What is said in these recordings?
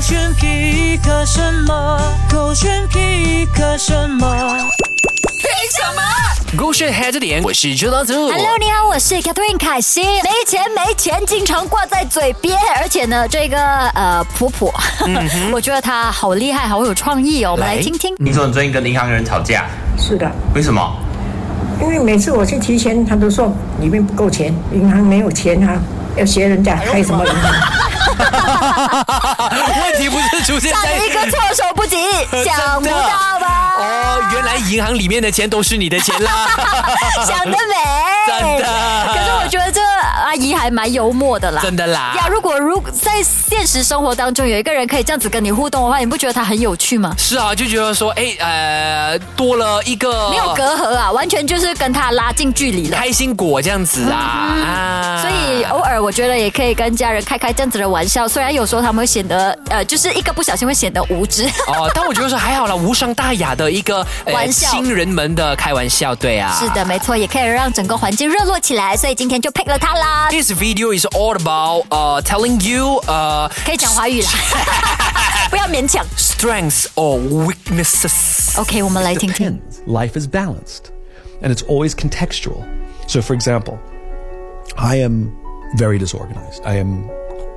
选皮克什么？狗选皮克什么？勾选黑着点，我是朱道祖。 Hello，你好，我是 Catherine 凯西。没钱没钱，经常挂在嘴边，而且呢，这个呃普普， 我觉得他好厉害，好有创意哦。我们来嗯来听 听。听说你最近跟银行人吵架，是的，为什么？因为每次我去提钱，他都说里面不够钱，银行没有钱啊，要学人家开什么银行。 问题不是出现上在一个措啊手不及， 真的想不到 吧？哦，原来银行里面的钱都是你的钱啦， 想得美，真的可是我觉得这阿姨还蛮幽默的啦。真的啊呀，啦。如果如在现实生活当中有一个人可以这样子跟你互动的话，你不觉得他很有趣吗？是啊，就觉得说，哎，呃，多了一个没有隔阂啊，完全就是跟他拉近距离了。开心果这样子啊，啊嗯所以偶尔我觉得也可以跟家人开开这样子的玩笑，虽然有时候他们会显得呃，就是一个不小心会显得无知。哦，但我觉得说还好啦，无伤大雅的一个呃玩笑新人们的开玩笑，对 啊。是的，没错，也可以让整个环境热络起来。所以今天就 pick 了他 啦， This video is all about uh telling you uh 可以讲华语啦， 不要勉强。 strengths or weaknesses. OK，我们来 听听。 depends. Life is balanced and it's always contextual. So, for example, I am very disorganized. I am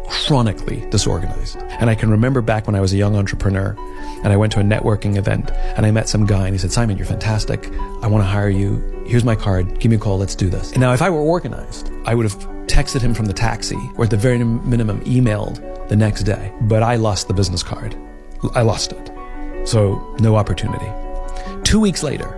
chronically disorganized. And I can remember back when I was a young entrepreneur and I went to a networking event and I met some guy and he said, Simon, you're fantastic. I want to hire you. Here's my card. Give me a call. Let's do this. And now, if I were organized, I would have texted him from the taxi or at the very minimum emailed the next day. But I lost the business card. I lost it. So, no opportunity. Two weeks later,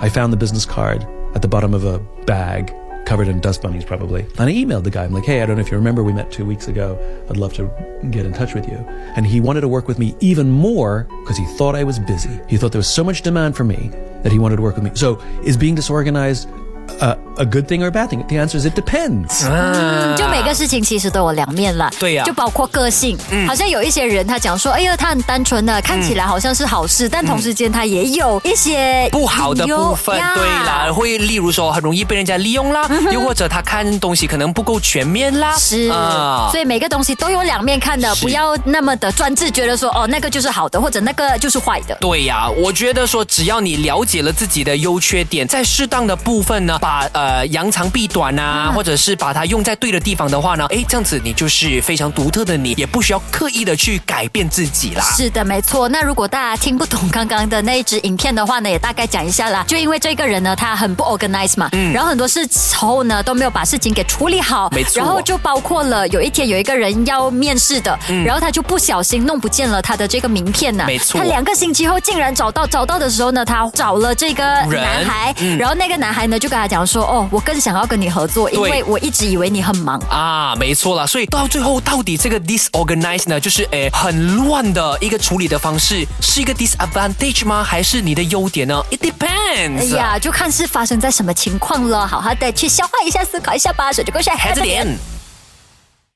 I found the business card at the bottom of a bag covered in dust bunnies, probably. And I emailed the guy. I'm like, hey, I don't know if you remember, we met two weeks ago. I'd love to get in touch with you. And he wanted to work with me even more because he thought I was busy. He thought there was so much demand for me that he wanted to work with me. So is being disorganized a, a good thing or a bad thing? The answer is it depends. 嗯就每个事情其实都有两面啦，对呀嗯就包括个性，好像有一些人他讲说，哎呦，他很单纯的，看起来好像是好事，但同时间他也有一些嗯不好的部分，隐忧对啦，，呀嗯会例如说很容易被人家利用啦，又或者他看东西可能不够全面啦，是，啊所以每个东西都有两面看的，不要那么的专制，觉得说哦那个就是好的，或者那个就是坏的。对呀、我觉得说只要你了解了自己的优缺点，在适当的部分呢，把呃扬长避短啊，嗯或者是把它用在对的地方的话呢，诶，这样子你就是非常独特的你，也不需要刻意的去改变自己啦。是的，没错。那如果大家听不懂刚刚的那一支影片的话呢，也大概讲一下啦。就因为这个人呢，他很不 organize 嘛，然后很多事后呢都没有把事情给处理好，嗯没错然后就包括了有一天有一个人要面试的，然后他就不小心弄不见了他的这个名片呢、嗯没错他两个星期后竟然找到，找到的时候呢，他找了这个人嗯男孩，然后那个男孩呢就跟他讲说，哦，我更想要跟你合作，因对为我一直以为你很忙。啊，没错啦，所以到最后到底这个 disorganized 呢，就是诶很乱的一个处理的方式，是一个 disadvantage 吗？还是你的优点呢？It 哎 depends。呀，就看是发生在什么情况了，好好的去消化一下、思考一下吧。水着过去，孩子点。